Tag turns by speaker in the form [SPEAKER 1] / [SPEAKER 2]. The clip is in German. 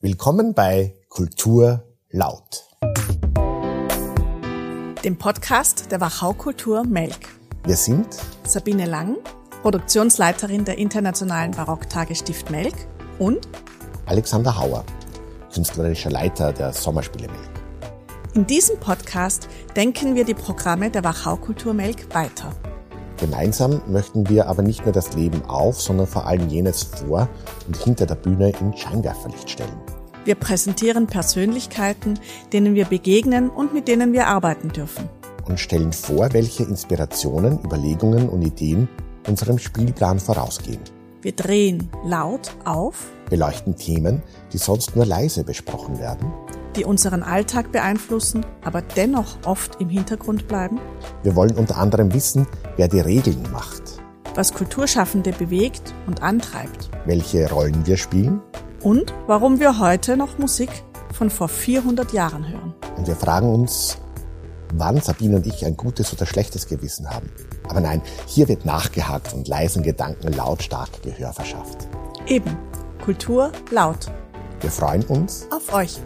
[SPEAKER 1] Willkommen bei Kultur laut.
[SPEAKER 2] dem Podcast der Wachau Kultur Melk.
[SPEAKER 1] Wir sind
[SPEAKER 2] Sabine Lang, Produktionsleiterin der Internationalen Barocktage Stift Melk und
[SPEAKER 1] Alexander Hauer, künstlerischer Leiter der Sommerspiele Melk.
[SPEAKER 2] in diesem Podcast denken wir die Programme der Wachau Kultur Melk weiter.
[SPEAKER 1] Gemeinsam möchten wir aber nicht nur das Leben auf, sondern vor allem jenes vor und hinter der Bühne in Scheinwerferlicht stellen.
[SPEAKER 2] Wir präsentieren Persönlichkeiten, denen wir begegnen und mit denen wir arbeiten dürfen.
[SPEAKER 1] Und stellen vor, welche Inspirationen, Überlegungen und Ideen unserem Spielplan vorausgehen.
[SPEAKER 2] Wir drehen laut auf,
[SPEAKER 1] Beleuchten Themen, die sonst nur leise besprochen werden.
[SPEAKER 2] die unseren Alltag beeinflussen, aber dennoch oft im Hintergrund bleiben,
[SPEAKER 1] Wir wollen unter anderem wissen, wer die Regeln macht,
[SPEAKER 2] was Kulturschaffende bewegt und antreibt.
[SPEAKER 1] welche Rollen wir spielen
[SPEAKER 2] und warum wir heute noch Musik von vor 400 Jahren hören.
[SPEAKER 1] Und wir fragen uns, wann Sabine und ich ein gutes oder schlechtes Gewissen haben. Aber nein, hier wird nachgehakt und leisen Gedanken lautstark Gehör verschafft.
[SPEAKER 2] Eben, Kultur laut.
[SPEAKER 1] Wir freuen uns
[SPEAKER 2] Auf euch!